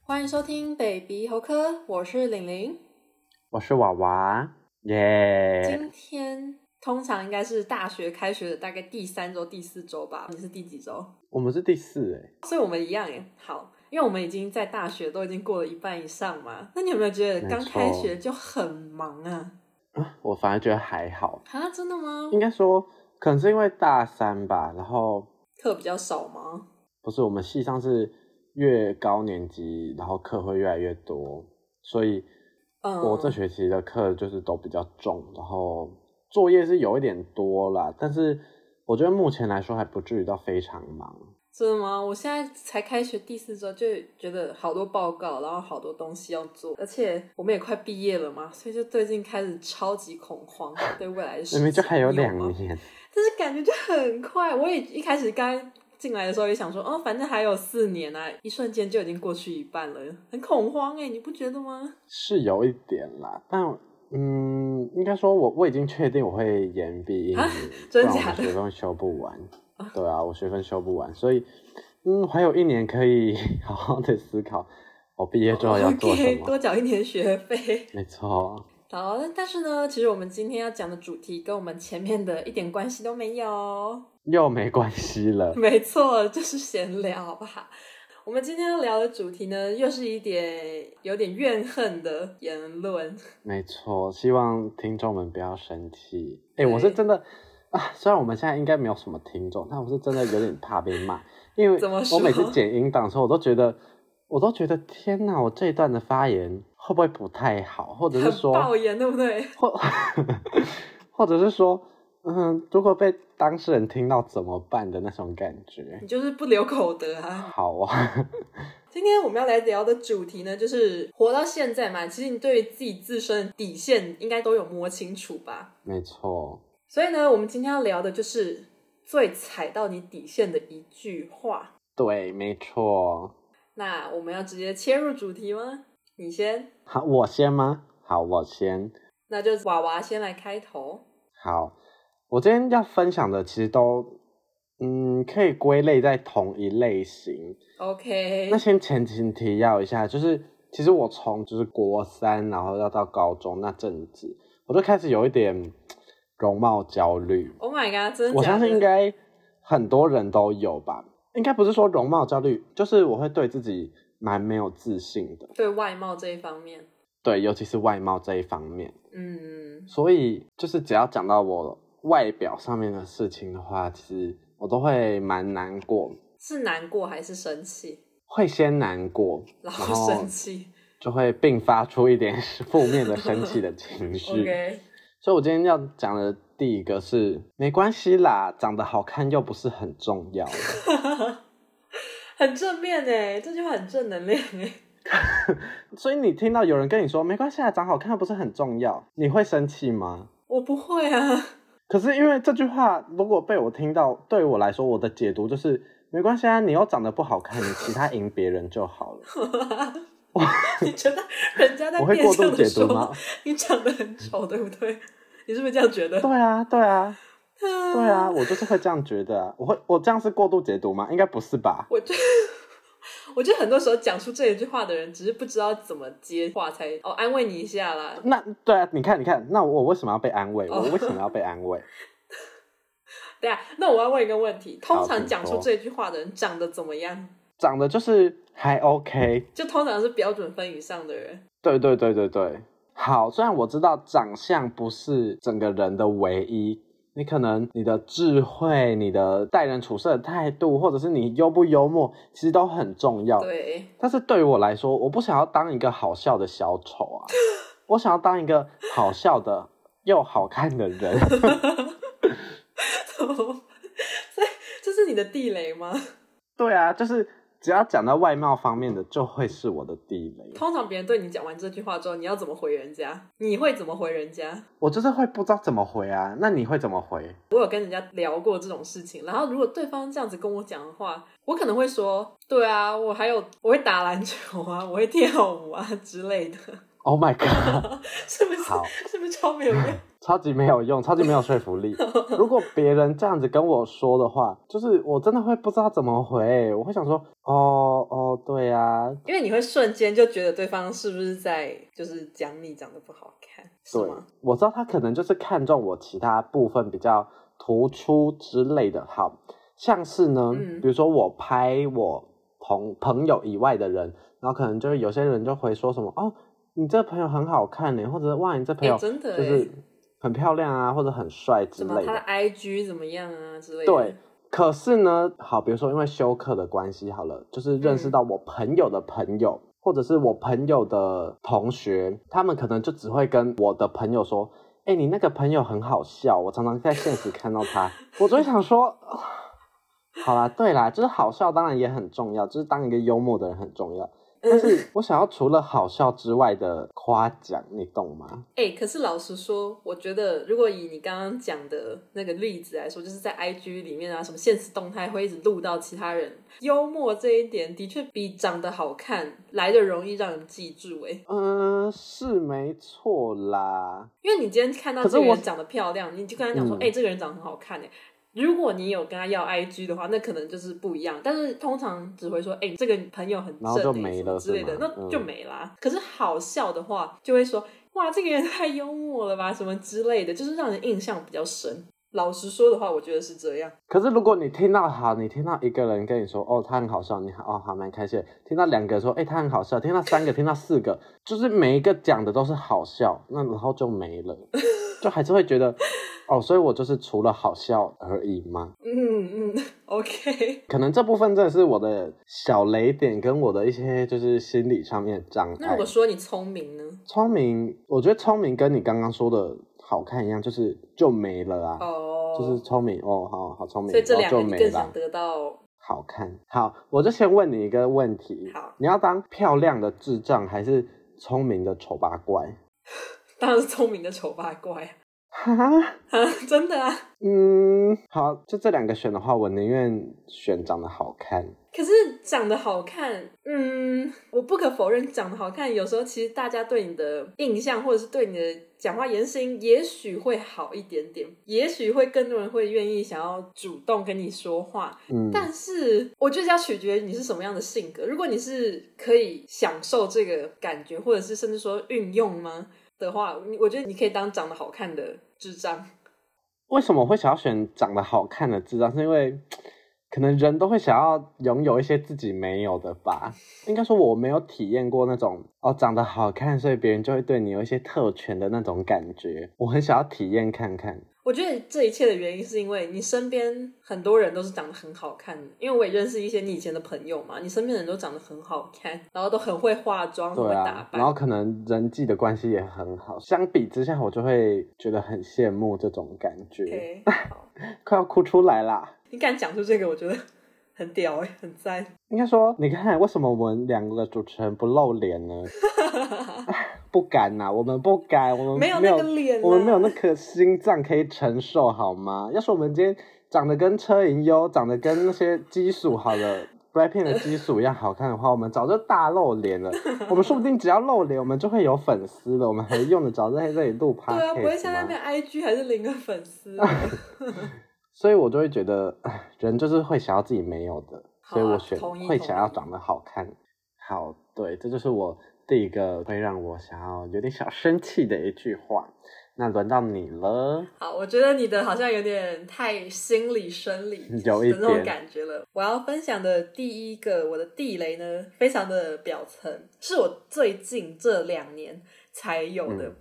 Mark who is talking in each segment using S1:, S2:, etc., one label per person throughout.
S1: 欢迎收听北鼻猴科，我是玲玲。
S2: 我是娃娃，耶、
S1: 今天通常应该是大学开学的大概第三周、第四周吧，你是第几周？
S2: 我们是第四哎，
S1: 所以我们一样哎。好，因为我们已经在大学都已经过了一半以上嘛，那你有没有觉得
S2: 没
S1: 刚
S2: 错
S1: 开学就很忙啊？
S2: 我反而觉得还好，
S1: 啊，真的吗？
S2: 应该说可能是因为大三吧，然后
S1: 课比较少吗？
S2: 不是我们系上是越高年级，然后课会越来越多，所以
S1: 嗯，
S2: 我这学期的课就是都比较重，然后作业是有一点多啦，但是我觉得目前来说还不至于到非常忙，
S1: 真的吗？我现在才开学第四周，就觉得好多报告，然后好多东西要做，而且我们也快毕业了嘛，所以就最近开始超级恐慌对未来的事情。
S2: 明明就还有
S1: 你
S2: 两
S1: 吗
S2: 年，
S1: 但是感觉就很快。我也一开始刚进来的时候也想说，哦，反正还有四年啊，一瞬间就已经过去一半了，很恐慌哎、你不觉得吗？
S2: 是有一点啦，但。嗯，应该说我我已经确定我会延毕一年，
S1: 啊真
S2: 不然
S1: 假
S2: 我
S1: 的
S2: 学分修不完。对啊，我学分修不完，所以嗯，还有一年可以 好好的思考我毕业之后要做什
S1: 哦 OK，
S2: 么。
S1: 多缴一年学费。
S2: 没错，
S1: 好，那但是呢，其实我们今天要讲的主题跟我们前面的一点关系都没有。哦
S2: 又没关系 了。
S1: 没错，就是闲聊，好不好？我们今天要聊的主题呢，又是一点有点怨恨的言论。
S2: 没错，希望听众们不要生气。哎、
S1: 对
S2: 我是真的啊，虽然我们现在应该没有什么听众，但我是真的有点怕被骂，因为
S1: 怎么
S2: 我每次
S1: 说
S2: 剪音档的时候，我都觉得，我都觉得天哪，我这一段的发言会不会不太好，或者是
S1: 很
S2: 说
S1: 爆言，对不对？
S2: 或或者是说，嗯，如果被当事人听到怎么办的那种感觉。
S1: 你就是不留口德 啊！
S2: 好啊，
S1: 今天我们要来聊的主题呢，就是活到现在嘛，其实你对于自己自身的底线应该都有摸清楚吧。
S2: 没错，
S1: 所以呢，我们今天要聊的就是最踩到你底线的一句话。
S2: 对，没错。
S1: 那我们要直接切入主题吗？你先，
S2: 好，我先吗？好，我先。
S1: 那就娃娃先来开头。
S2: 好，我今天要分享的其实都，嗯，可以归类在同一类型。
S1: OK，
S2: 那先前情提要一下，就是其实我从就是国三，然后要到高中那阵子，我就开始有一点容貌焦虑。
S1: Oh my god！真的假的？
S2: 我相信应该很多人都有吧。应该不是说容貌焦虑，就是我会对自己蛮没有自信的，
S1: 对外貌这一方面，
S2: 对，尤其是外貌这一方面。
S1: 嗯，
S2: 所以就是只要讲到我外表上面的事情的话，其实我都会蛮难过，
S1: 是难过还是生气？
S2: 会先难过，
S1: 然
S2: 然
S1: 后
S2: 后
S1: 生气。
S2: 就会并发出一点负面的生气的情绪。
S1: OK，
S2: 所以我今天要讲的第一个是，没关系啦，长得好看又不是很重要。
S1: 很正面哎，这句话很正能量哎。
S2: 所以你听到有人跟你说没关系啊，长好看不是很重要，你会生气吗？
S1: 我不会啊，
S2: 可是因为这句话如果被我听到，对我来说我的解读就是没关系啊，你又长得不好看，你其他赢别人就好了。
S1: 你觉得人家在
S2: 我会
S1: 变
S2: 过度
S1: 相
S2: 解
S1: 的
S2: 读吗
S1: 说？你长得很丑，对不对？你是不是这样觉得？
S2: 对啊，对啊，对
S1: 对
S2: 啊，，我就是会这样觉得啊。我会我这样是过度解读吗？应该不是吧？
S1: 我觉得。我觉得很多时候讲出这一句话的人，只是不知道怎么接话才，哦安慰你一下啦。
S2: 那对啊，你看你看，那我为什么要被安慰？
S1: 哦
S2: 我为什么要被安慰？
S1: 对啊，那我要问一个问题：通
S2: 好
S1: 常
S2: 请
S1: 讲出
S2: 说
S1: 这句话的人长得怎么样？
S2: 长得就是还 OK，
S1: 就通常是标准分以上的人。
S2: 对对对对对，好，虽然我知道长相不是整个人的唯一，你可能你的智慧、你的待人处事的态度，或者是你幽不幽默，其实都很重要。
S1: 对，
S2: 但是对于我来说，我不想要当一个好笑的小丑啊，我想要当一个好笑的又好看的人。
S1: 所以这是你的地雷吗？
S2: 对啊，就是只要讲到外貌方面的，就会是我的地雷。
S1: 通常别人对你讲完这句话之后，你要怎么回人家？你会怎么回人家？
S2: 我就是会不知道怎么回啊，那你会怎么回？
S1: 我有跟人家聊过这种事情，然后如果对方这样子跟我讲的话，我可能会说：“对啊，我还有我会打篮球啊，我会跳舞啊之类的，
S2: Oh my god！
S1: 是不是
S2: 好？
S1: 是不是超没有用？”
S2: 超级没有用，超级没有说服力。如果别人这样子跟我说的话，就是我真的会不知道怎么回，我会想说，哦哦，对啊，
S1: 因为你会瞬间就觉得对方是不是在就是讲你长得不好看，是
S2: 对
S1: 吗？，
S2: 我知道他可能就是看中我其他部分比较突出之类的。好，像是呢，
S1: 嗯
S2: 比如说我拍我朋朋友以外的人，然后可能就是有些人就会说什么哦，你这朋友很好看呢，或者哇，你这朋
S1: 哎、
S2: 友
S1: 真的
S2: 就
S1: 哎、
S2: 是很漂亮啊，或者很帅之
S1: 什么
S2: 类
S1: 他
S2: 的
S1: 的。IG 怎么样啊之类的，
S2: 对，可是呢，好，比如说因为休克的关系，好了，就是认识
S1: 嗯
S2: 到我朋友的朋友，或者是我朋友的同学，他们可能就只会跟我的朋友说：“哎、你那个朋友很好笑，我常常在现实看到他。”我就会想说。好啦，对啦，就是好笑当然也很重要，就是当一个幽默的人很重要。但是我想要除了好笑之外的夸奖，你懂吗？
S1: 哎、可是老实说，我觉得如果以你刚刚讲的那个例子来说，就是在 IG 里面啊，什么现实动态会一直录到其他人，幽默这一点的确比长得好看来的容易让人记住、哎，
S2: 嗯、是没错啦。
S1: 因为你今天看到
S2: 可是
S1: 这个
S2: 我
S1: 人长得漂亮，你就跟他讲说，
S2: 嗯
S1: 哎、这个人长得很好看、哎。如果你有跟他要 IG 的话，那可能就是不一样。但是通常只会说，哎、这个朋友很正、哎
S2: 然后就
S1: 什么
S2: 没了
S1: 之类的，
S2: 是吗嗯
S1: 那就没啦。可是好笑的话，就会说，哇，这个人太幽默了吧，什么之类的，就是让人印象比较深。老实说的话，我觉得是这样。
S2: 可是如果你听到好，你听到一个人跟你说哦他很好笑，你哦好蛮开心的；听到两个说哎、他很好笑，听到三个，听到四个，就是每一个讲的都是好笑，那然后就 没了，就还是会觉得哦，所以我就是除了好笑而已吗？
S1: 嗯嗯，OK。
S2: 可能这部分真的是我的小雷点跟我的一些就是心理上面的障
S1: 那如
S2: 碍
S1: 果。说你聪明呢？
S2: 聪明，我觉得聪明跟你刚刚说的好看一样，就是就没了啊，
S1: 哦、
S2: 就是聪明哦，好好聪明，
S1: 所以这
S2: 然
S1: 两
S2: 后
S1: 个
S2: 就
S1: 你
S2: 没
S1: 更
S2: 了啊
S1: 想。得到
S2: 好看。好，我就先问你一个问题。
S1: 好
S2: 你要当漂亮的智障还是聪明的丑八怪？
S1: 当然是聪明的丑八怪啊
S2: 哈，
S1: 啊， 真的啊。
S2: 嗯，好，就这两个选的话，我宁愿选长得好看。
S1: 可是长得好看，嗯，我不可否认，长得好看，有时候其实大家对你的印象，或者是对你的讲话言行，也许会好一点点，也许会更多人会愿意想要主动跟你说话。
S2: 嗯，
S1: 但是我觉得要取决于你是什么样的性格。如果你是可以享受这个感觉，或者是甚至说运用吗的话，你我觉得你可以当长得好看的智障。
S2: 为什么会想要选长得好看的智障？是因为可能人都会想要拥有一些自己没有的吧。应该说我没有体验过那种哦长得好看，所以别人就会对你有一些特权的那种感觉。我很想要体验看看。
S1: 我觉得这一切的原因是因为你身边很多人都是长得很好看的，因为我也认识一些你以前的朋友嘛，你身边的人都长得很好看，然后都很会化妆，很
S2: 对
S1: 会打
S2: 啊，
S1: 扮。
S2: 然后可能人际的关系也很好，相比之下，我就会觉得很羡慕这种感觉，
S1: OK，好
S2: 快要哭出来啦。
S1: 你敢讲出这个，我觉得很屌哎、很赞。
S2: 应该说，你看为什么我们两个主持人不露 脸呢？不敢呐、我们不敢，我们
S1: 没有
S2: 有
S1: 那个脸啊
S2: 我们没有那颗心脏可以承受好吗？要是我们今天长得跟车银优，长得跟那些基属好了。Blackpink 的基础一样好看的话，我们早就大露 脸了。我们说不定只要露脸，我们就会有粉丝了。我们还用得着在这里录 p o
S1: 对
S2: d
S1: 啊，
S2: c
S1: 不
S2: a
S1: 会
S2: s
S1: 像那边 IG 还是零个粉丝啊。
S2: 所以我就会觉得， 唉人就是会想要自己没有的，
S1: 好啊
S2: 所以我选
S1: 同意
S2: 会想要
S1: 同
S2: 长得好看。好，对，这就是我第一个会让我想要有点小生气的一句话。那轮到你了，
S1: 好，我觉得你的好像有点太心理生理
S2: 有一
S1: 的那种
S2: 点
S1: 感觉了。我要分享的第一个我的地雷呢，非常的表层，是我最近这两年才有的，
S2: 嗯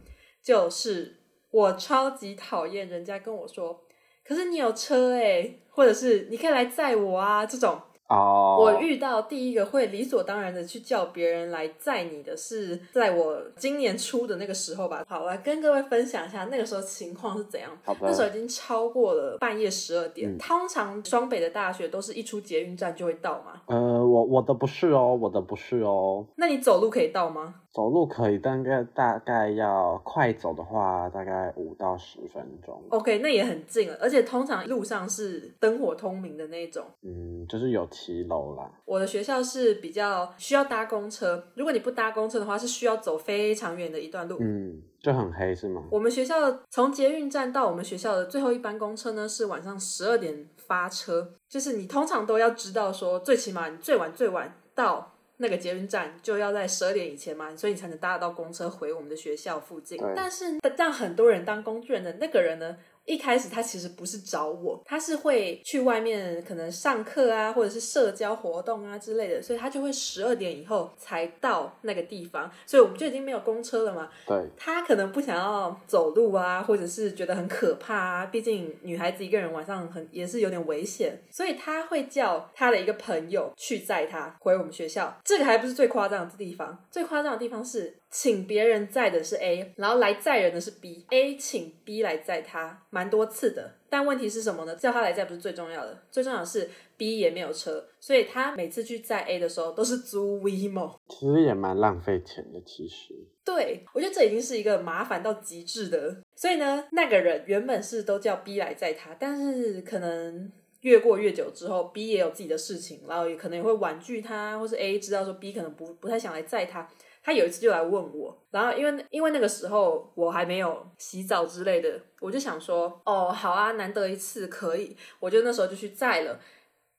S1: 就是我超级讨厌人家跟我说，可是你有车哎、或者是你可以来载我啊这种。
S2: 哦，
S1: 我遇到第一个会理所当然的去叫别人来载你的是，在我今年初的那个时候吧。好，我来跟各位分享一下那个时候情况是怎样。
S2: 好的
S1: 那时候已经超过了半夜十二点。
S2: 嗯
S1: 通常双北的大学都是一出捷运站就会到嘛，
S2: 呃，我我的不是哦，我的不是哦，
S1: 那你走路可以到吗？
S2: 走路可以，但大概大概要快走的话，大概五到十分钟。
S1: OK，那也很近了，而且通常路上是灯火通明的那一种。
S2: 嗯，就是有骑楼啦。
S1: 我的学校是比较需要搭公车，如果你不搭公车的话，是需要走非常远的一段路。
S2: 嗯，就很黑是吗？
S1: 我们学校从捷运站到我们学校的最后一班公车呢，是晚上十二点发车，就是你通常都要知道说，最起码你最晚最晚到那个捷运站就要在十二点以前嘛，所以你才能搭得到公车回我们的学校附近
S2: 对。
S1: 但是让很多人当工具人的那个人呢？一开始他其实不是找我，他是会去外面可能上课啊，或者是社交活动啊之类的，所以他就会十二点以后才到那个地方，所以我们就已经没有公车了嘛。
S2: 对，
S1: 她可能不想要走路啊，或者是觉得很可怕啊，毕竟女孩子一个人晚上很也是有点危险，所以她会叫她的一个朋友去载她回我们学校。这个还不是最夸张的地方，最夸张的地方是请别人载的是 A，然后来载人的是 B，A 请 B 来载她，蛮多次的。但问题是什么呢？叫她来载不是最重要的，最重要的是 B 也没有车，所以她每次去载 A 的时候都是租 WeMo。
S2: 其实也蛮浪费钱的，其实。
S1: 对，我觉得这已经是一个麻烦到极致的。所以呢，那个人原本是都叫 B 来载他，但是可能越过越久之后，B 也有自己的事情，然后也可能也会婉拒他，或是 A 知道说 B 可能不不太想来载他。他有一次就来问我，然后因为因为那个时候我还没有洗澡之类的，我就想说，哦，好啊，难得一次可以，我就那时候就去载了。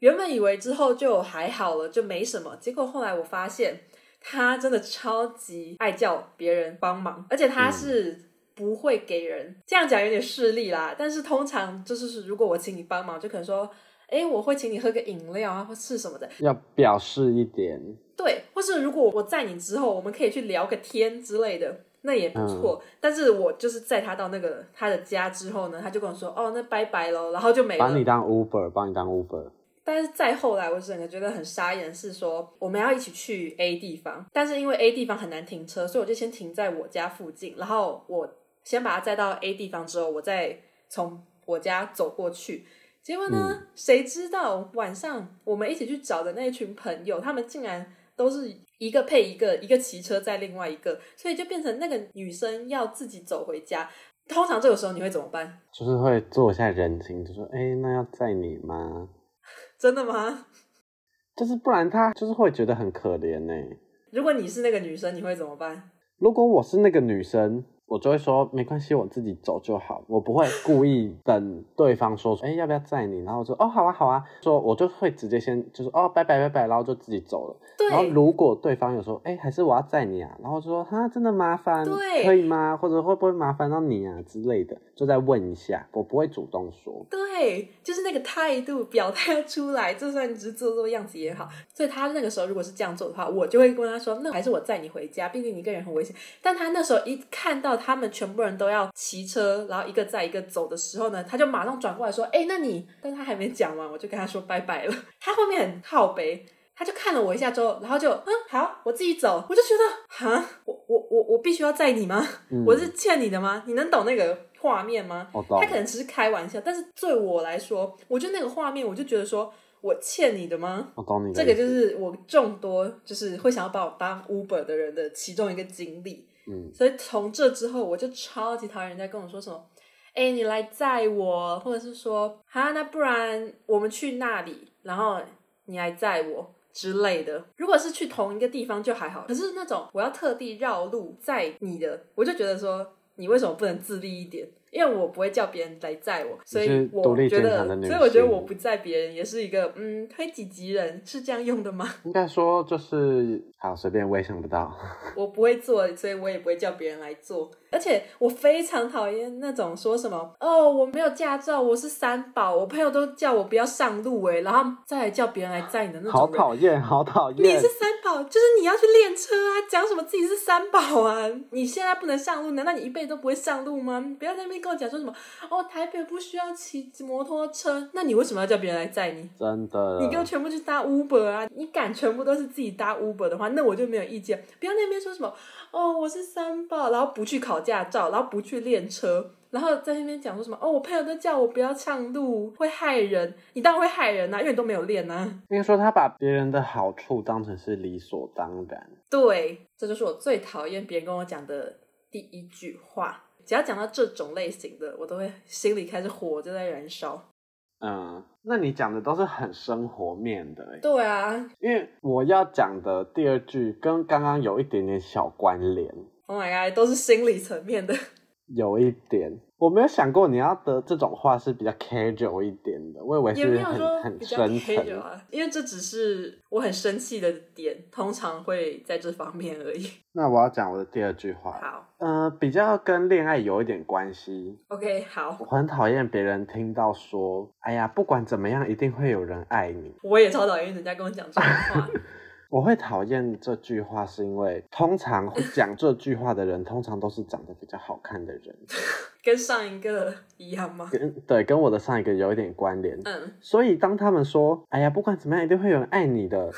S1: 原本以为之后就还好了，就没什么，结果后来我发现他真的超级爱叫别人帮忙，而且他是不会给人、这样讲有点势利啦，但是通常就是如果我请你帮忙，就可能说，哎，我会请你喝个饮料啊，或是什么的，
S2: 要表示一点，
S1: 对，或是如果我载你之后，我们可以去聊个天之类的，那也不错。但是我就是载他到那个他的家之后呢，他就跟我说，哦，那拜拜喽，然后就没
S2: 把你
S1: 了。
S2: 当 Uber，把你当 Uber。
S1: 但是再后来，我整个觉得很傻眼，是说我们要一起去 A 地方，但是因为 A 地方很难停车，所以我就先停在我家附近，然后我先把他载到 A 地方之后，我再从我家走过去。结果呢，
S2: 嗯
S1: 谁知道晚上我们一起去找的那一群朋友，他们竟然都是一个配一个，一个骑车载另外一个，所以就变成那个女生要自己走回家。通常这个时候你会怎么办？
S2: 就是会做一下人情，就说：“哎、那要载你吗
S1: 真的吗？？”
S2: 就是不然他就是会觉得很可怜呢、
S1: 如果你是那个女生，你会怎么办？
S2: 如果我是那个女生，我就会说：“没关系，我自己走就好。”我不会故意等对方说：“哎、要不要载你？”然后我就：“哦，好啊，好啊。”说我就会直接先就是：“哦，拜拜拜拜。”然后就自己走了。
S1: 对，
S2: 然后如果对方有说：“哎、还是我要载你啊？”然后就说：“哈，真的麻烦，
S1: 对
S2: 可以吗？或者会不会麻烦到你啊之类的？”就再问一下，我不会主动说。
S1: 对，就是那个态度表态要出来，就算你只是做做样子也好。所以他那个时候如果是这样做的话，我就会跟他说：“那还是我载你回家，毕竟你一个人很危险。”但他那时候一看到他们全部人都要骑车，然后一个载一个走的时候呢，他就马上转过来说：“哎，那你……”但他还没讲完，我就跟他说拜拜了。他后面很靠北，他就看了我一下之后，然后就嗯好，我自己走。我就觉得哈，我我我我必须要载你吗？
S2: 嗯
S1: 我是欠你的吗？你能懂那个画面吗？
S2: 我懂
S1: 他可能只是开玩笑，但是对我来说，我觉得那个画面，我就觉得说我欠你的吗？
S2: 我懂你
S1: 这
S2: 的意思。
S1: 个就是我众多就是会想要把我当 Uber 的人的其中一个经历。
S2: 嗯，
S1: 所以从这之后，我就超级讨厌人家跟我说什么，哎、你来载我，或者是说，哈，那不然我们去那里，然后你来载我之类的。如果是去同一个地方就还好，可是那种我要特地绕路载你的，我就觉得说，你为什么不能自立一点？因为我不会叫别人来载我，所
S2: 你
S1: 以
S2: 是独
S1: 我
S2: 立
S1: 觉
S2: 坚强的
S1: 得，
S2: 女
S1: 所以我觉得
S2: 性
S1: 我不载别人也是一个，嗯，推己及人是这样用的吗？
S2: 应该说就是好随便，我也想不到。
S1: 我不会做，所以我也不会叫别人来做。而且我非常讨厌那种说什么哦，我没有驾照，我是三宝，我朋友都叫我不要上路哎，然后再来叫别人来载你的那
S2: 好
S1: 种人。
S2: 讨厌，好讨
S1: 你
S2: 厌
S1: 是！三宝，就是你要去练车啊！讲什么自己是三宝啊？你现在不能上路，难道你一辈子都不会上路吗？不要在那边边跟我讲说什么哦，台北不需要骑摩托车，那你为什么要叫别人来载你？
S2: 真的。
S1: 你给我全部去搭 Uber 啊！你敢全部都是自己搭 Uber 的话，那我就没有意见。不要那边说什么哦，我是三宝，然后不去考驾照，然后不去练车，然后在那边讲说什么哦，我朋友都叫我不要上路，会害人。你当然会害人呐、因为你都没有练啊呐、
S2: 应该说他把别人的好处当成是理所当然。
S1: 对，这就是我最讨厌别人跟我讲的第一句话。只要讲到这种类型的，我都会心里开始火就在燃烧。
S2: 嗯，那你讲的都是很生活面的欸，
S1: 对啊
S2: 因为我要讲的第二句跟刚刚有一点点小关联，
S1: ，Oh my god，都是心理层面的。
S2: 有一点。我没有想过你要的这种话是比较 casual 一点的，我以为
S1: 也
S2: 是
S1: 没有
S2: 很
S1: 说
S2: 很
S1: 比较
S2: 深
S1: c a s
S2: 层。
S1: 啊，因为这只是我很生气的点，通常会在这方面而已。
S2: 那我要讲我的第二句话，
S1: 好
S2: 呃，比较跟恋爱有一点关系。
S1: ，OK，
S2: 我
S1: 好，
S2: 很讨厌别人听到说，哎呀，不管怎么样，一定会有人爱你。
S1: 我也超讨厌人家跟我讲这种话。
S2: 我会讨厌这句话，是因为通 常会讲这句话的人，通常都是长得比较好看的人，
S1: 跟上一个一样吗？
S2: 跟对跟我的上一个有一点关联。
S1: 嗯，
S2: 所以当他们说“哎呀，不管怎么样，一定会有人爱 你的”，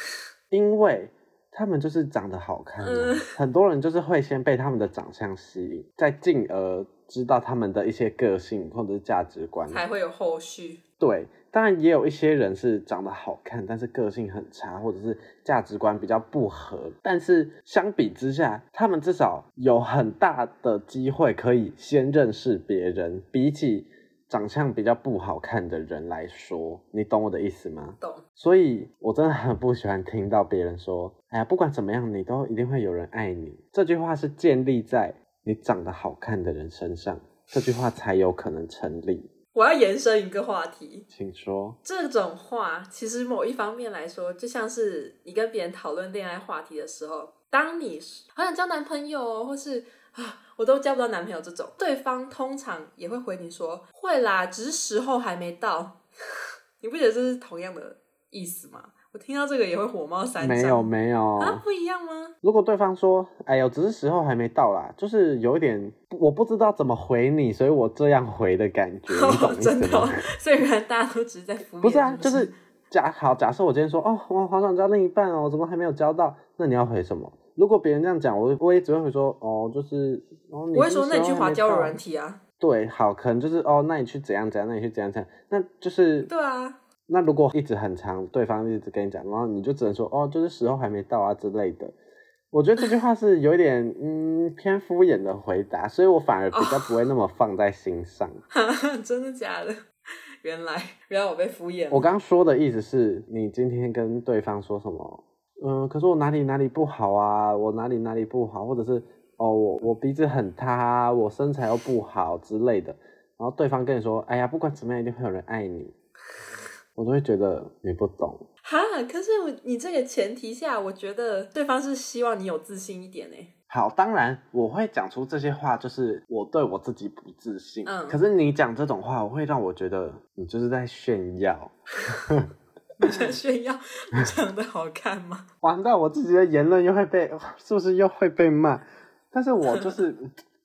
S2: 因为他们就是长得好看、啊，
S1: 嗯
S2: 很多人就是会先被他们的长相吸引，再进而知道他们的一些个性或者是价值观。
S1: 才会有后续。
S2: 对，当然也有一些人是长得好看，但是个性很差，或者是价值观比较不合。但是相比之下，他们至少有很大的机会可以先认识别人，比起长相比较不好看的人来说，你懂我的意思吗？
S1: 懂，
S2: 所以我真的很不喜欢听到别人说：“哎呀，不管怎么样，你都一定会有人爱你。”这句话是建立在你长得好看的人身上，这句话才有可能成立。
S1: 我要延伸一个话题。
S2: 请说。
S1: 这种话其实某一方面来说，就像是你跟别人讨论恋爱话题的时候，当你好想交男朋友哦、或是啊我都交不到男朋友这种，对方通常也会回你说会啦，只是时候还没到。你不觉得这是同样的意思吗？我听到这个也会火冒三丈。
S2: 没有没有、
S1: 啊，不一样吗？
S2: 如果对方说：“哎呦，只是时候还没到啦，就是有一点我不知道怎么回你，所以我这样回的感 觉，你懂意
S1: 真
S2: 思
S1: 的哦、
S2: 吗？”
S1: 所以原来大家都只是在敷衍。
S2: 不是啊，
S1: 不
S2: 就是假好假设我今天说：“哦，我好想交另一半哦，我怎么还没有交到？”那你要回什么？如果别人这样讲，我我也只会回说：“哦，就是哦，你
S1: 我会
S2: 是
S1: 说
S2: 时
S1: 那
S2: 候
S1: 你去
S2: 还
S1: 滑
S2: 没
S1: 交友
S2: 到
S1: 软体啊。
S2: 对，好，可能就是哦，那你去怎样怎样，那你去怎样怎样，那就是
S1: 对啊，
S2: 那如果一直很长，对方一直跟你讲，然后你就只能说哦，就是时候还没到啊之类的。我觉得这句话是有一点嗯偏敷衍的回答，所以我反而比较不会那么放在心上。
S1: 真的假的？原来原来我被敷衍了。
S2: 我刚刚说的意思是你今天跟对方说什么？嗯，可是我哪里哪里不好啊，我哪里哪里不好，或者是哦我我鼻子很塌啊，我身材又不好之类的，然后对方跟你说，哎呀，不管怎么样，一定会有人爱你，我都会觉得你不懂。
S1: 哈，可是我你这个前提下，我觉得对方是希望你有自信一点呢。欸
S2: 好，当然我会讲出这些话，就是我对我自己不自信。
S1: 嗯
S2: 可是你讲这种话，我会让我觉得你就是在炫耀。
S1: 你
S2: 嗯
S1: 想炫耀你长得好看吗？
S2: 完蛋，我自己的言论又会被，是不是又会被骂？但是我 就是，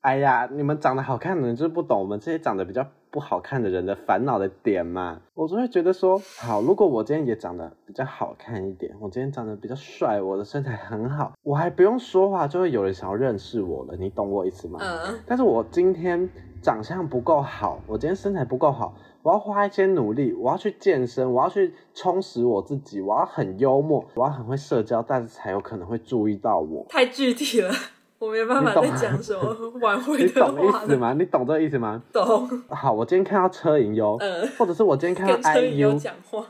S2: 哎呀，你们长得好看的人就是不懂我们这些长得比较不好看的人的烦恼的点嘛。我就会觉得说，好，如果我今天也长得比较好看一点，我今天长得比较帅，我的身材很好，我还不用说话，就会有人想要认识我了。你懂我意思吗？
S1: 嗯，
S2: 但是我今天长相不够好，我今天身材不够好，我要花一些努力，我要去健身，我要去充实我自己，我要很幽默，我要很会社交，大家才有可能会注意到我。
S1: 太具体了，我没办法
S2: 你懂
S1: 再讲什 么挽
S2: 你
S1: 回的
S2: 懂意
S1: 话
S2: 思
S1: 了。
S2: 吗？你懂这个意思吗？
S1: 懂，
S2: 好，我今天看到车银优，
S1: 嗯，
S2: 或者是我今天 看
S1: 跟
S2: 到
S1: 车友
S2: IU，
S1: 讲话，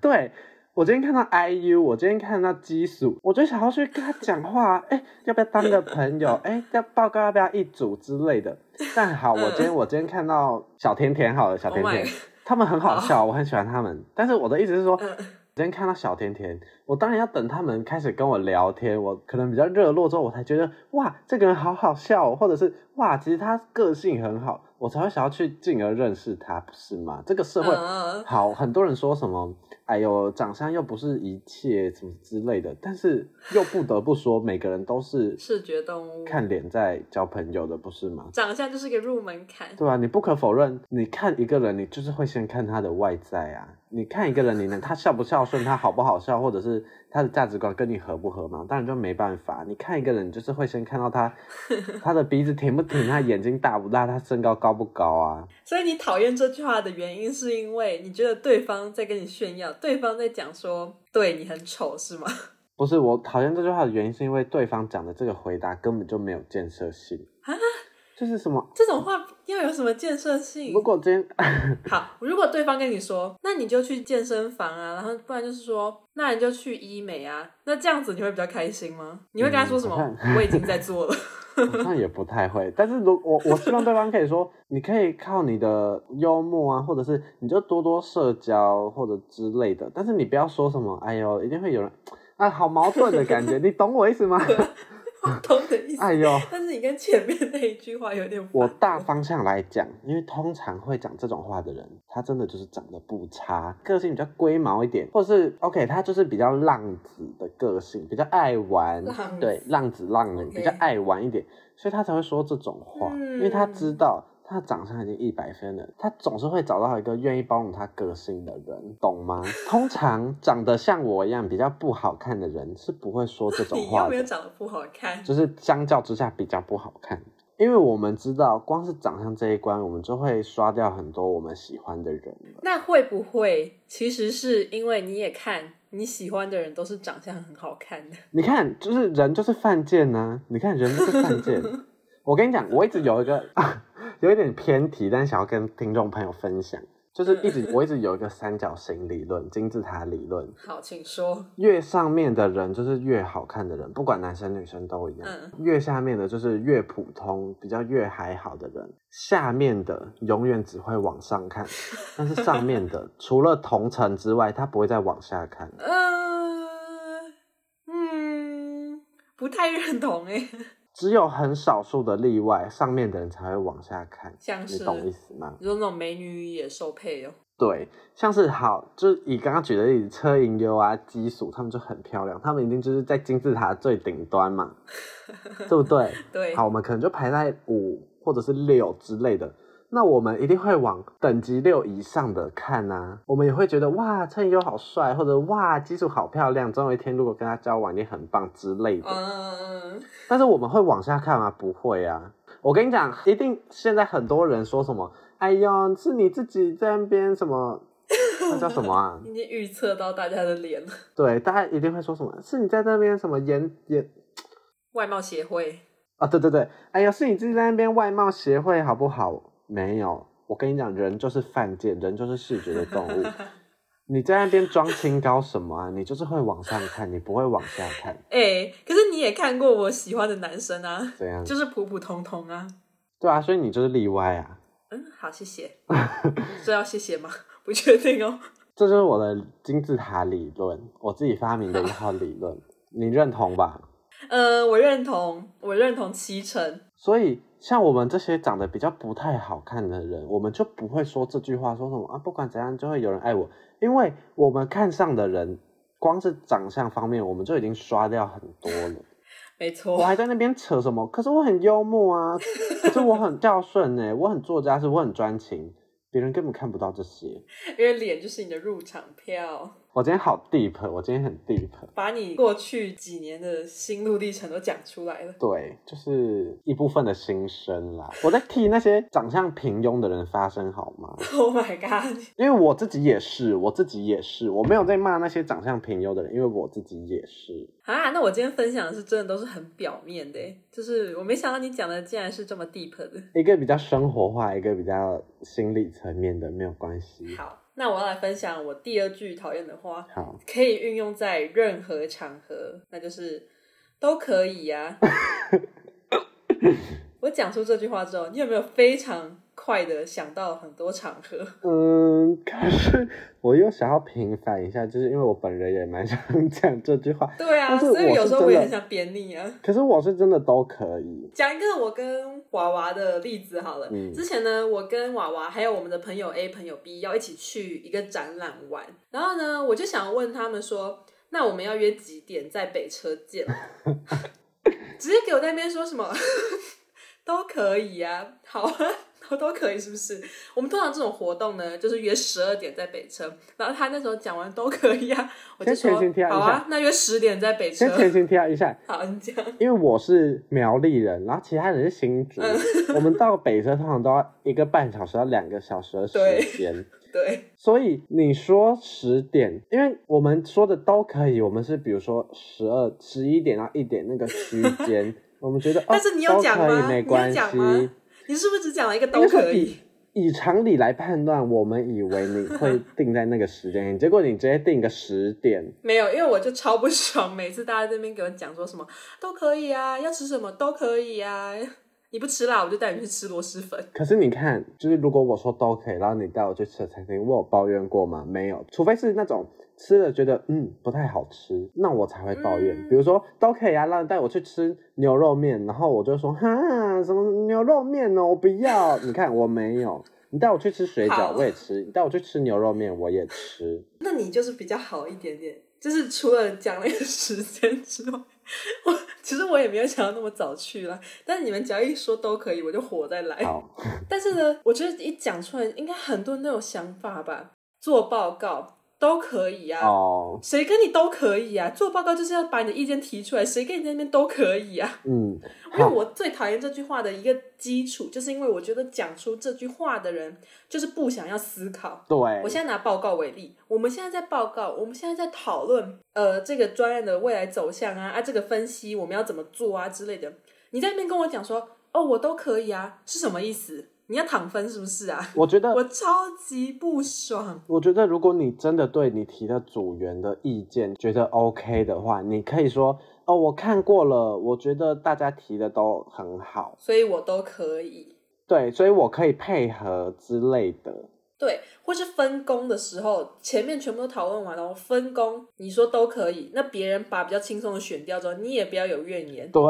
S2: 对我今天看到 IU，我今天看到基础，我就想要去跟他讲话、啊，哎、要不要当个朋 友？哎、要报告要不要一组之类的。但好，我今天、我今天看到小甜甜好了，小
S1: 嗯 Oh
S2: 甜
S1: my
S2: 甜。他们很好笑，我很喜欢他们。但是我的意思是说，
S1: 嗯
S2: 今天看到小甜甜，我当然要等他们开始跟我聊天，我可能比较热络之后，我才觉得哇，这个人好好笑、哦，或者是哇，其实他个性很好，我才会想要去进而认识他，不是吗？这个社会
S1: 嗯
S2: 好，很多人说什么，哎呦，长相又不是一切，什么之类的，但是又不得不说，每个人都是
S1: 视觉动物，
S2: 看脸在交朋友的，不是吗？
S1: 长相就是一个入门槛。
S2: 对啊，你不可否认，你看一个人，你就是会先看他的外在啊。你看一个人，你能他孝不孝顺，他好不好笑，或者是他的价值观跟你合不合嘛？当然就没办法。你看一个人，你就是会先看到他他的鼻子挺不挺，他眼睛大不大，他身高高不高啊？
S1: 所以你讨厌这句话的原因，是因为你觉得对方在跟你炫耀，对方在讲说对你很丑是吗？
S2: 不是我讨厌这句话的原因，是因为对方讲的这个回答根本就没有建设性
S1: 啊，
S2: 就是什么？
S1: 这种话要有什么建设性
S2: 如？果今天
S1: 好，如果对方跟你说，那你就去健身房啊，然后不然就是说，那你就去医美啊，那这样子你会比较开心吗？你会跟他说什么？
S2: 嗯
S1: 我已经在做 了。
S2: 好像也不太会，但是如我我希望对方可以说，你可以靠你的幽默啊，或者是你就多多社交或者之类的，但是你不要说什么，哎呦，一定会有人啊，好矛盾的感觉，你懂我意思吗？
S1: 懂的意思。
S2: 哎呦，
S1: 但是你跟前面那一句话有点
S2: 我
S1: 反
S2: 大方向来讲，因为通常会讲这种话的人，他真的就是长得不差，个性比较龟毛一点，或者是 OK，他就是比较浪子的个性，比较爱玩
S1: 浪子，
S2: 对，浪子浪女
S1: OK
S2: 比较爱玩一点，所以他才会说这种话，
S1: 嗯
S2: 因为他知道。他长相已经一百分了，他总是会找到一个愿意包容他个性的人，懂吗？通常长得像我一样比较不好看的人是不会说这种
S1: 你
S2: 话
S1: 又
S2: 的。
S1: 没 有长得不好看，
S2: 就是相较之下比较不好看。因为我们知道，光是长相这一关，我们就会刷掉很多我们喜欢的人了。
S1: 那会不会其实是因为你也看你喜欢的人都是长相很好看的？
S2: 你看，就是人就是犯贱呐、你看人就是犯贱。我跟你讲，我一直有一个、 有一点偏题，但想要跟听众朋友分享，就是一直我一直有一个三角形理论、金字塔理论，
S1: 好，请说。
S2: 越上面的人就是越好看的人，不管男生女生都一样。
S1: 嗯
S2: 越下面的就是越普通，比较越还好的人，下面的永远只会往上看，但是上面的除了同城之外，他不会再往下看。
S1: 呃，嗯，不太认同欸诶，
S2: 只有很少数的例外，上面的人才会往下看。
S1: 像
S2: 你
S1: 是
S2: 懂意思吗？
S1: 你说那种美女与野兽配哦，
S2: 对，像是好，就是以刚刚举的例子，车银优啊、基属，他们就很漂亮，他们一定就是在金字塔最顶端嘛，对不对？
S1: 对，
S2: 好，我们可能就排在五或者是六之类的。那我们一定会往等级六以上的看啊，我们也会觉得哇，陈友好帅，或者哇，基础好漂亮，总有一天如果跟他交往，你很棒之类的。
S1: 嗯，
S2: 但是我们会往下看吗？不会啊。我跟你讲，一定现在很多人说什么，哎呦，是你自己在那边什么， 那叫什么啊？
S1: 已经预测到大家的脸了。
S2: 对，大家一定会说什么，是你在那边什么演演
S1: 外貌协会，
S2: 啊，对对对，哎呀，是你自己在那边外貌协会好不好？没有，我跟你讲，人就是犯贱，人就是视觉的动物。你在那边装清高什么啊？你就是会往上看，你不会往下看，
S1: 哎、可是你也看过我喜欢的男生啊，
S2: 这样
S1: 就是普普通通啊。
S2: 对啊，所以你就是例外啊。
S1: 嗯，好，谢谢。这要谢谢吗？不确定哦。
S2: 这就是我的金字塔理论，我自己发明的一套理论，你认同吧？
S1: 呃，我认同，我认同七成。
S2: 所以，像我们这些长得比较不太好看的人，我们就不会说这句话，说什么啊，不管怎样就会有人爱我，因为我们看上的人，光是长相方面，我们就已经刷掉很多了。
S1: 没
S2: 我
S1: 错，
S2: 还在那边扯什么？可是我很幽默啊，可是我很孝顺呢、我很作家是，我很专情，别人根本看不到这些。
S1: 因为脸就是你的入场票，
S2: 我今天好 deep，我今天很 deep。
S1: 把你过去几年的心路历程都讲出来了。
S2: 对，就是一部分的心声啦。我在替那些长相平庸的人发声好吗？
S1: Oh my god！
S2: 因为我自己也是，我自己也是，我没有在骂那些长相平庸的人，因为我自己也是。
S1: 啊，那我今天分享的是真的都是很表面的耶，就是我没想到你讲的竟然是这么 deep 的。
S2: 一个比较生活化，一个比较心理层面的，没有关系。
S1: 好，那我要来分享我第二句讨厌的话，
S2: 好，
S1: 可以运用在任何场合，那就是都可以 呀、我讲出这句话之后，你有没有非常快的想到很多场合？
S2: 嗯，嗯，可是我又想要平反一下，就是因为我本人也蛮 想讲这句话，
S1: 对啊，
S2: 但是
S1: 所以
S2: 我
S1: 有
S2: 是
S1: 时候我也
S2: 真
S1: 很
S2: 的
S1: 想扁你啊。
S2: 可是我是真的都可以，
S1: 讲一个我跟娃娃的例子好了。
S2: 嗯
S1: 之前呢，我跟娃娃还有我们的朋友 A、朋友 B 要一起去一个展览玩，然后呢，我就想问他们说，那我们要约几点在北车 见？直接给我在那边说什么 都可以啊，好啊。 都都可以，是不是？我们通常这种活动呢，就是约十二点在北车。然后他那时候讲完都可以啊，我就说
S2: 先前提一下
S1: 好啊，那约十点在北车
S2: 先。前情提要一下，
S1: 好，你讲。
S2: 因为我是苗栗人，然后其他人是新竹，
S1: 嗯
S2: 我们到北车通常都要一个半小时到两个小时的
S1: 对
S2: 时间，
S1: 对
S2: 所以你说十点，因为我们说的都可以，我们是比如说十二、十一点到一点那个区 间，我们觉得哦，
S1: 但是你有讲吗
S2: 都可以没关
S1: 你有讲
S2: 系。
S1: 吗你是不是只讲了一个都
S2: 应该说
S1: 可以？
S2: 以常理来判断，我们以为你会定在那个时间，结果你直接定个十点，
S1: 没有，因为我就超不爽，每次大家这边给我讲说什么都可以啊，要吃什么都可以啊，你不吃辣我就带你去吃螺蛳粉。
S2: 可是你看，就是如果我说都可以，然后你带我去吃的餐厅，我有抱怨过吗？没有，除非是那种吃了觉得嗯不太好吃，那我才会抱怨。
S1: 嗯
S2: 比如说都可以啊，让你带我去吃牛肉面，然后我就说哈什么牛肉面哦，我不要。你看我没有，你带我去吃水
S1: 好
S2: 饺我也吃，你带我去吃牛肉面我也 吃。
S1: 那你就是比较好一点点，就是除了讲那个时间之外，我其实我也没有想要那么早去啦。但是你们只要一说都可以，我就火再来。
S2: 好，
S1: 但是呢，我觉得一讲出来，应该很多人都有想法吧？做报告都可以啊，
S2: 哦，
S1: 谁跟你都可以啊，做报告就是要把你的意见提出来，谁跟你在那边都可以啊。
S2: 嗯，
S1: 因为
S2: 好，
S1: 我最讨厌这句话的一个基础，就是因为我觉得讲出这句话的人就是不想要思考。
S2: 对
S1: 我，现在拿报告为例，我们现在在报告，我们现在在讨论，呃，这个专案的未来走向啊，啊，这个分析我们要怎么做啊之类的。你在那边跟我讲说，哦，我都可以啊，是什么意思？你要躺分是不是啊？
S2: 我觉得
S1: 我超级不爽。
S2: 我觉得，如果你真的对你提的组员的意见觉得 OK 的话，你可以说哦，我看过了，我觉得大家提的都很好，
S1: 所以我都可以。
S2: 对，所以我可以配合之类的。
S1: 对，或是分工的时候，前面全部都讨论完了，我分工，你说都可以，那别人把比较轻松的选掉之后，你也不要有怨言。
S2: 对，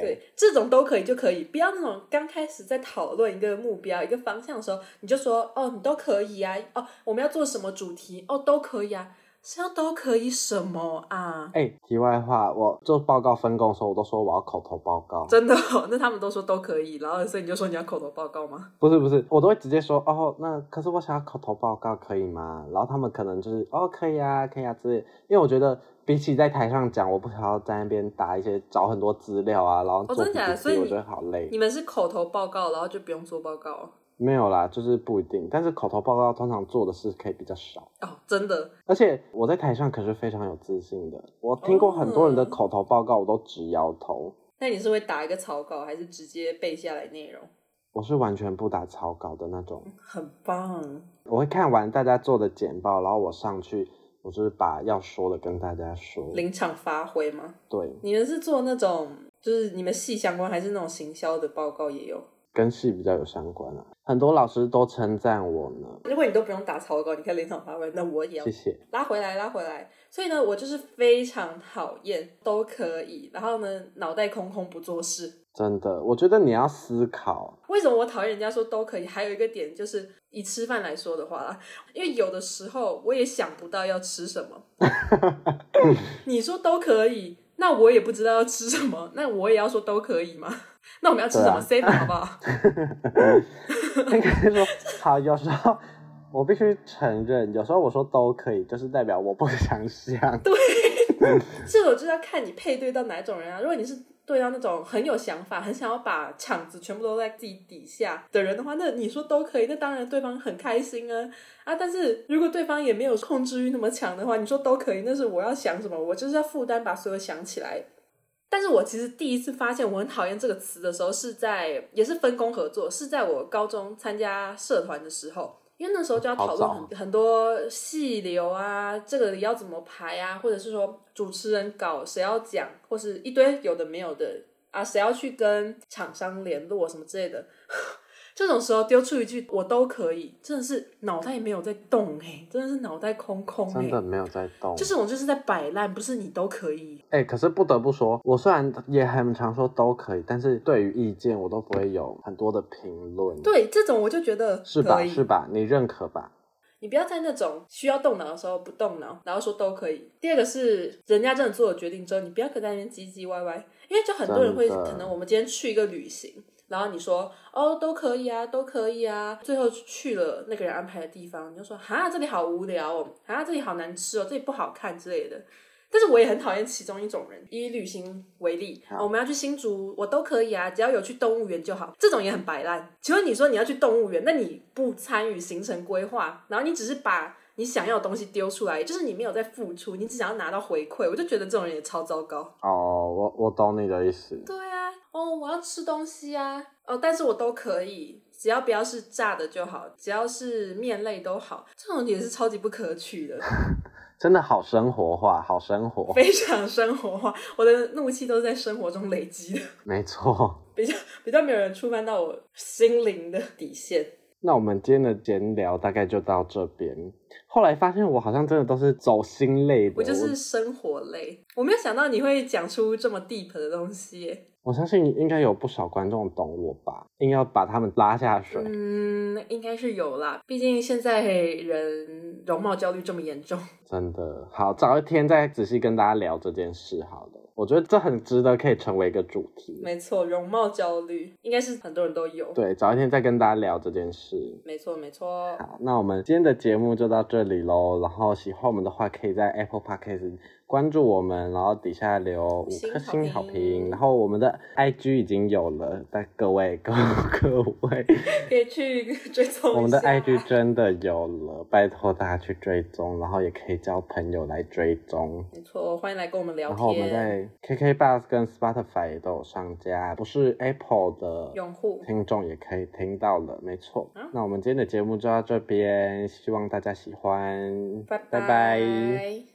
S1: 对，这种都可以就可以，不要那种刚开始在讨论一个目标、一个方向的时候，你就说哦，你都可以啊，哦，我们要做什么主题，哦，都可以啊，是要都可以什么啊？
S2: 哎、题外话，我做报告分工的时候，我都说我要口头报告，
S1: 真的、哦？那他们都说都可以，然后所以你就说你要口头报告吗？
S2: 不是不是，我都会直接说哦，那可是我想要口头报告可以吗？然后他们可能就是哦，可以啊，可以啊之类，因为我觉得。比起在台上讲，我不想要在那边打一些找很多资料啊，然后做
S1: 哦真的假的
S2: PPT，
S1: 所以你
S2: 我觉得好累。
S1: 你们是口头报告，然后就不用做报告哦，
S2: 没有啦，就是不一定。但是口头报告通常做的事可以比较少，
S1: 哦真的，
S2: 而且我在台上可是非常有自信的。我听过很多人的口头报告，我都直摇头。
S1: 那你是会打一个草稿，还是直接背下来内容？
S2: 我是完全不打草稿的那种，
S1: 很棒，
S2: 我会看完大家做的简报，然后我上去，我就是把要说的跟大家说。
S1: 临场发挥吗？
S2: 对，
S1: 你们是做那种就是你们系相关，还是那种行销的报告也有？
S2: 跟戏比较有相关啊。很多老师都称赞我呢，
S1: 如果你都不用打草稿，你可以临场发挥，那我也要
S2: 谢谢。
S1: 拉回来，拉回来。所以呢，我就是非常讨厌都可以，然后呢，脑袋空空不做事。
S2: 真的，我觉得你要思考，
S1: 为什么我讨厌人家说都可以？还有一个点就是，以吃饭来说的话啦，因为有的时候我也想不到要吃什么。嗯你说都可以，那我也不知道要吃什么，那我也要说都可以吗？ 那我们要吃什么 seven、好不好？
S2: 应该说好，有时候我必须承认，有时候我说都可以，就是代表我不想想。
S1: 这种就是要看你配对到哪种人啊。如果你是对到那种很有想法、很想要把场子全部都在自己底下的人的话，那你说都可以，那当然对方很开心啊啊！但是如果对方也没有控制欲那么强的话，你说都可以，那是我要想什么，我就是要负担把所有想起来。但是我其实第一次发现我很讨厌这个词的时候，是在也是分工合作，是在我高中参加社团的时候，因为那时候就要讨
S2: 好
S1: 论
S2: 早哦
S1: 很很多细流啊，这个要怎么排啊，或者是说主持人搞谁要讲，或是一堆有的没有的啊，谁要去跟厂商联络什么之类的。 这种时候丢出一句“我都可以”，真的是脑袋没有在动哎、真的是脑袋空空哎、
S2: 真的没有在动。
S1: 就这种就是在摆烂，不是你都可以。
S2: 哎、可是不得不说，我虽然也很常说都可以，但是对于意见我都不会有很多的评论。，
S1: 对，这种我就觉得
S2: 是
S1: 可
S2: 吧？
S1: 以
S2: 是吧？你认可吧？
S1: 你不要在那种需要动脑的时候不动脑，然后说都可以。第二个是人家真的做了决定之后，你不要跟在那边唧唧歪歪，因为就很多人会，
S2: 真的
S1: 可能我们今天去一个旅行，然后你说哦都可以啊，都可以啊，最后去了那个人安排的地方，你就说哈这里好无聊哦，哈这里好难吃哦，这里不好看之类的。但是我也很讨厌其中一种人。以旅行为例，啊我们要去新竹，我都可以啊，只要有去动物园就好。这种也很摆烂。请问你说你要去动物园，那你不参与行程规划，然后你只是把你想要的东西丢出来，就是你没有在付出，你只想要拿到回馈，我就觉得这种人也超糟糕。
S2: 哦，我我懂你的意思。
S1: 对啊，哦，我要吃东西啊，哦，但是我都可以。只要不要是炸的就好，只要是面类都好，这种也是超级不可取的。
S2: 真的好生活化，好生活，
S1: 非常生活化，我的怒气都是在生活中累积的，
S2: 没错。
S1: 比较 比较没有人触犯到我心灵的底线。
S2: 那我们今天的闲聊大概就到这边。后来发现我好像真的都是走心类的，
S1: 我就是生活类，我没有想到你会讲出这么 deep 的东西耶。
S2: 我相信应该有不少观众懂我吧，硬要把他们拉下水。
S1: 嗯，应该是有啦，毕竟现在人容貌焦虑这么严 重。
S2: 真的好，找一天再仔细跟大家聊这件事好了。我觉得这很值得可以成为一个主题。
S1: 没错，容貌焦虑应该是很多人都有。
S2: 对，找一天再跟大家聊这件事。
S1: 没错，没错。
S2: 好，那我们今天的节目就到这里喽。然后喜欢我们的话，可以在 Apple Podcast 关注我们，然后底下留五颗星好
S1: 五星好评
S2: 评。然后我们的 IG 已经有了，但各位各 各位，
S1: 可以去 追踪一下
S2: 我们的 IG 真的有了，拜托大家去追踪，然后也可以叫朋友来追踪。
S1: 没错，欢迎来跟我们聊
S2: 然
S1: 天。
S2: 后我们在 KK Bus 跟 Spotify 也都有上架，不是 Apple 的
S1: 用户
S2: 听众也可以听到了，没错。
S1: 啊
S2: 那我们今天的节目就到这边，希望大家喜欢，
S1: 拜
S2: 拜拜
S1: 拜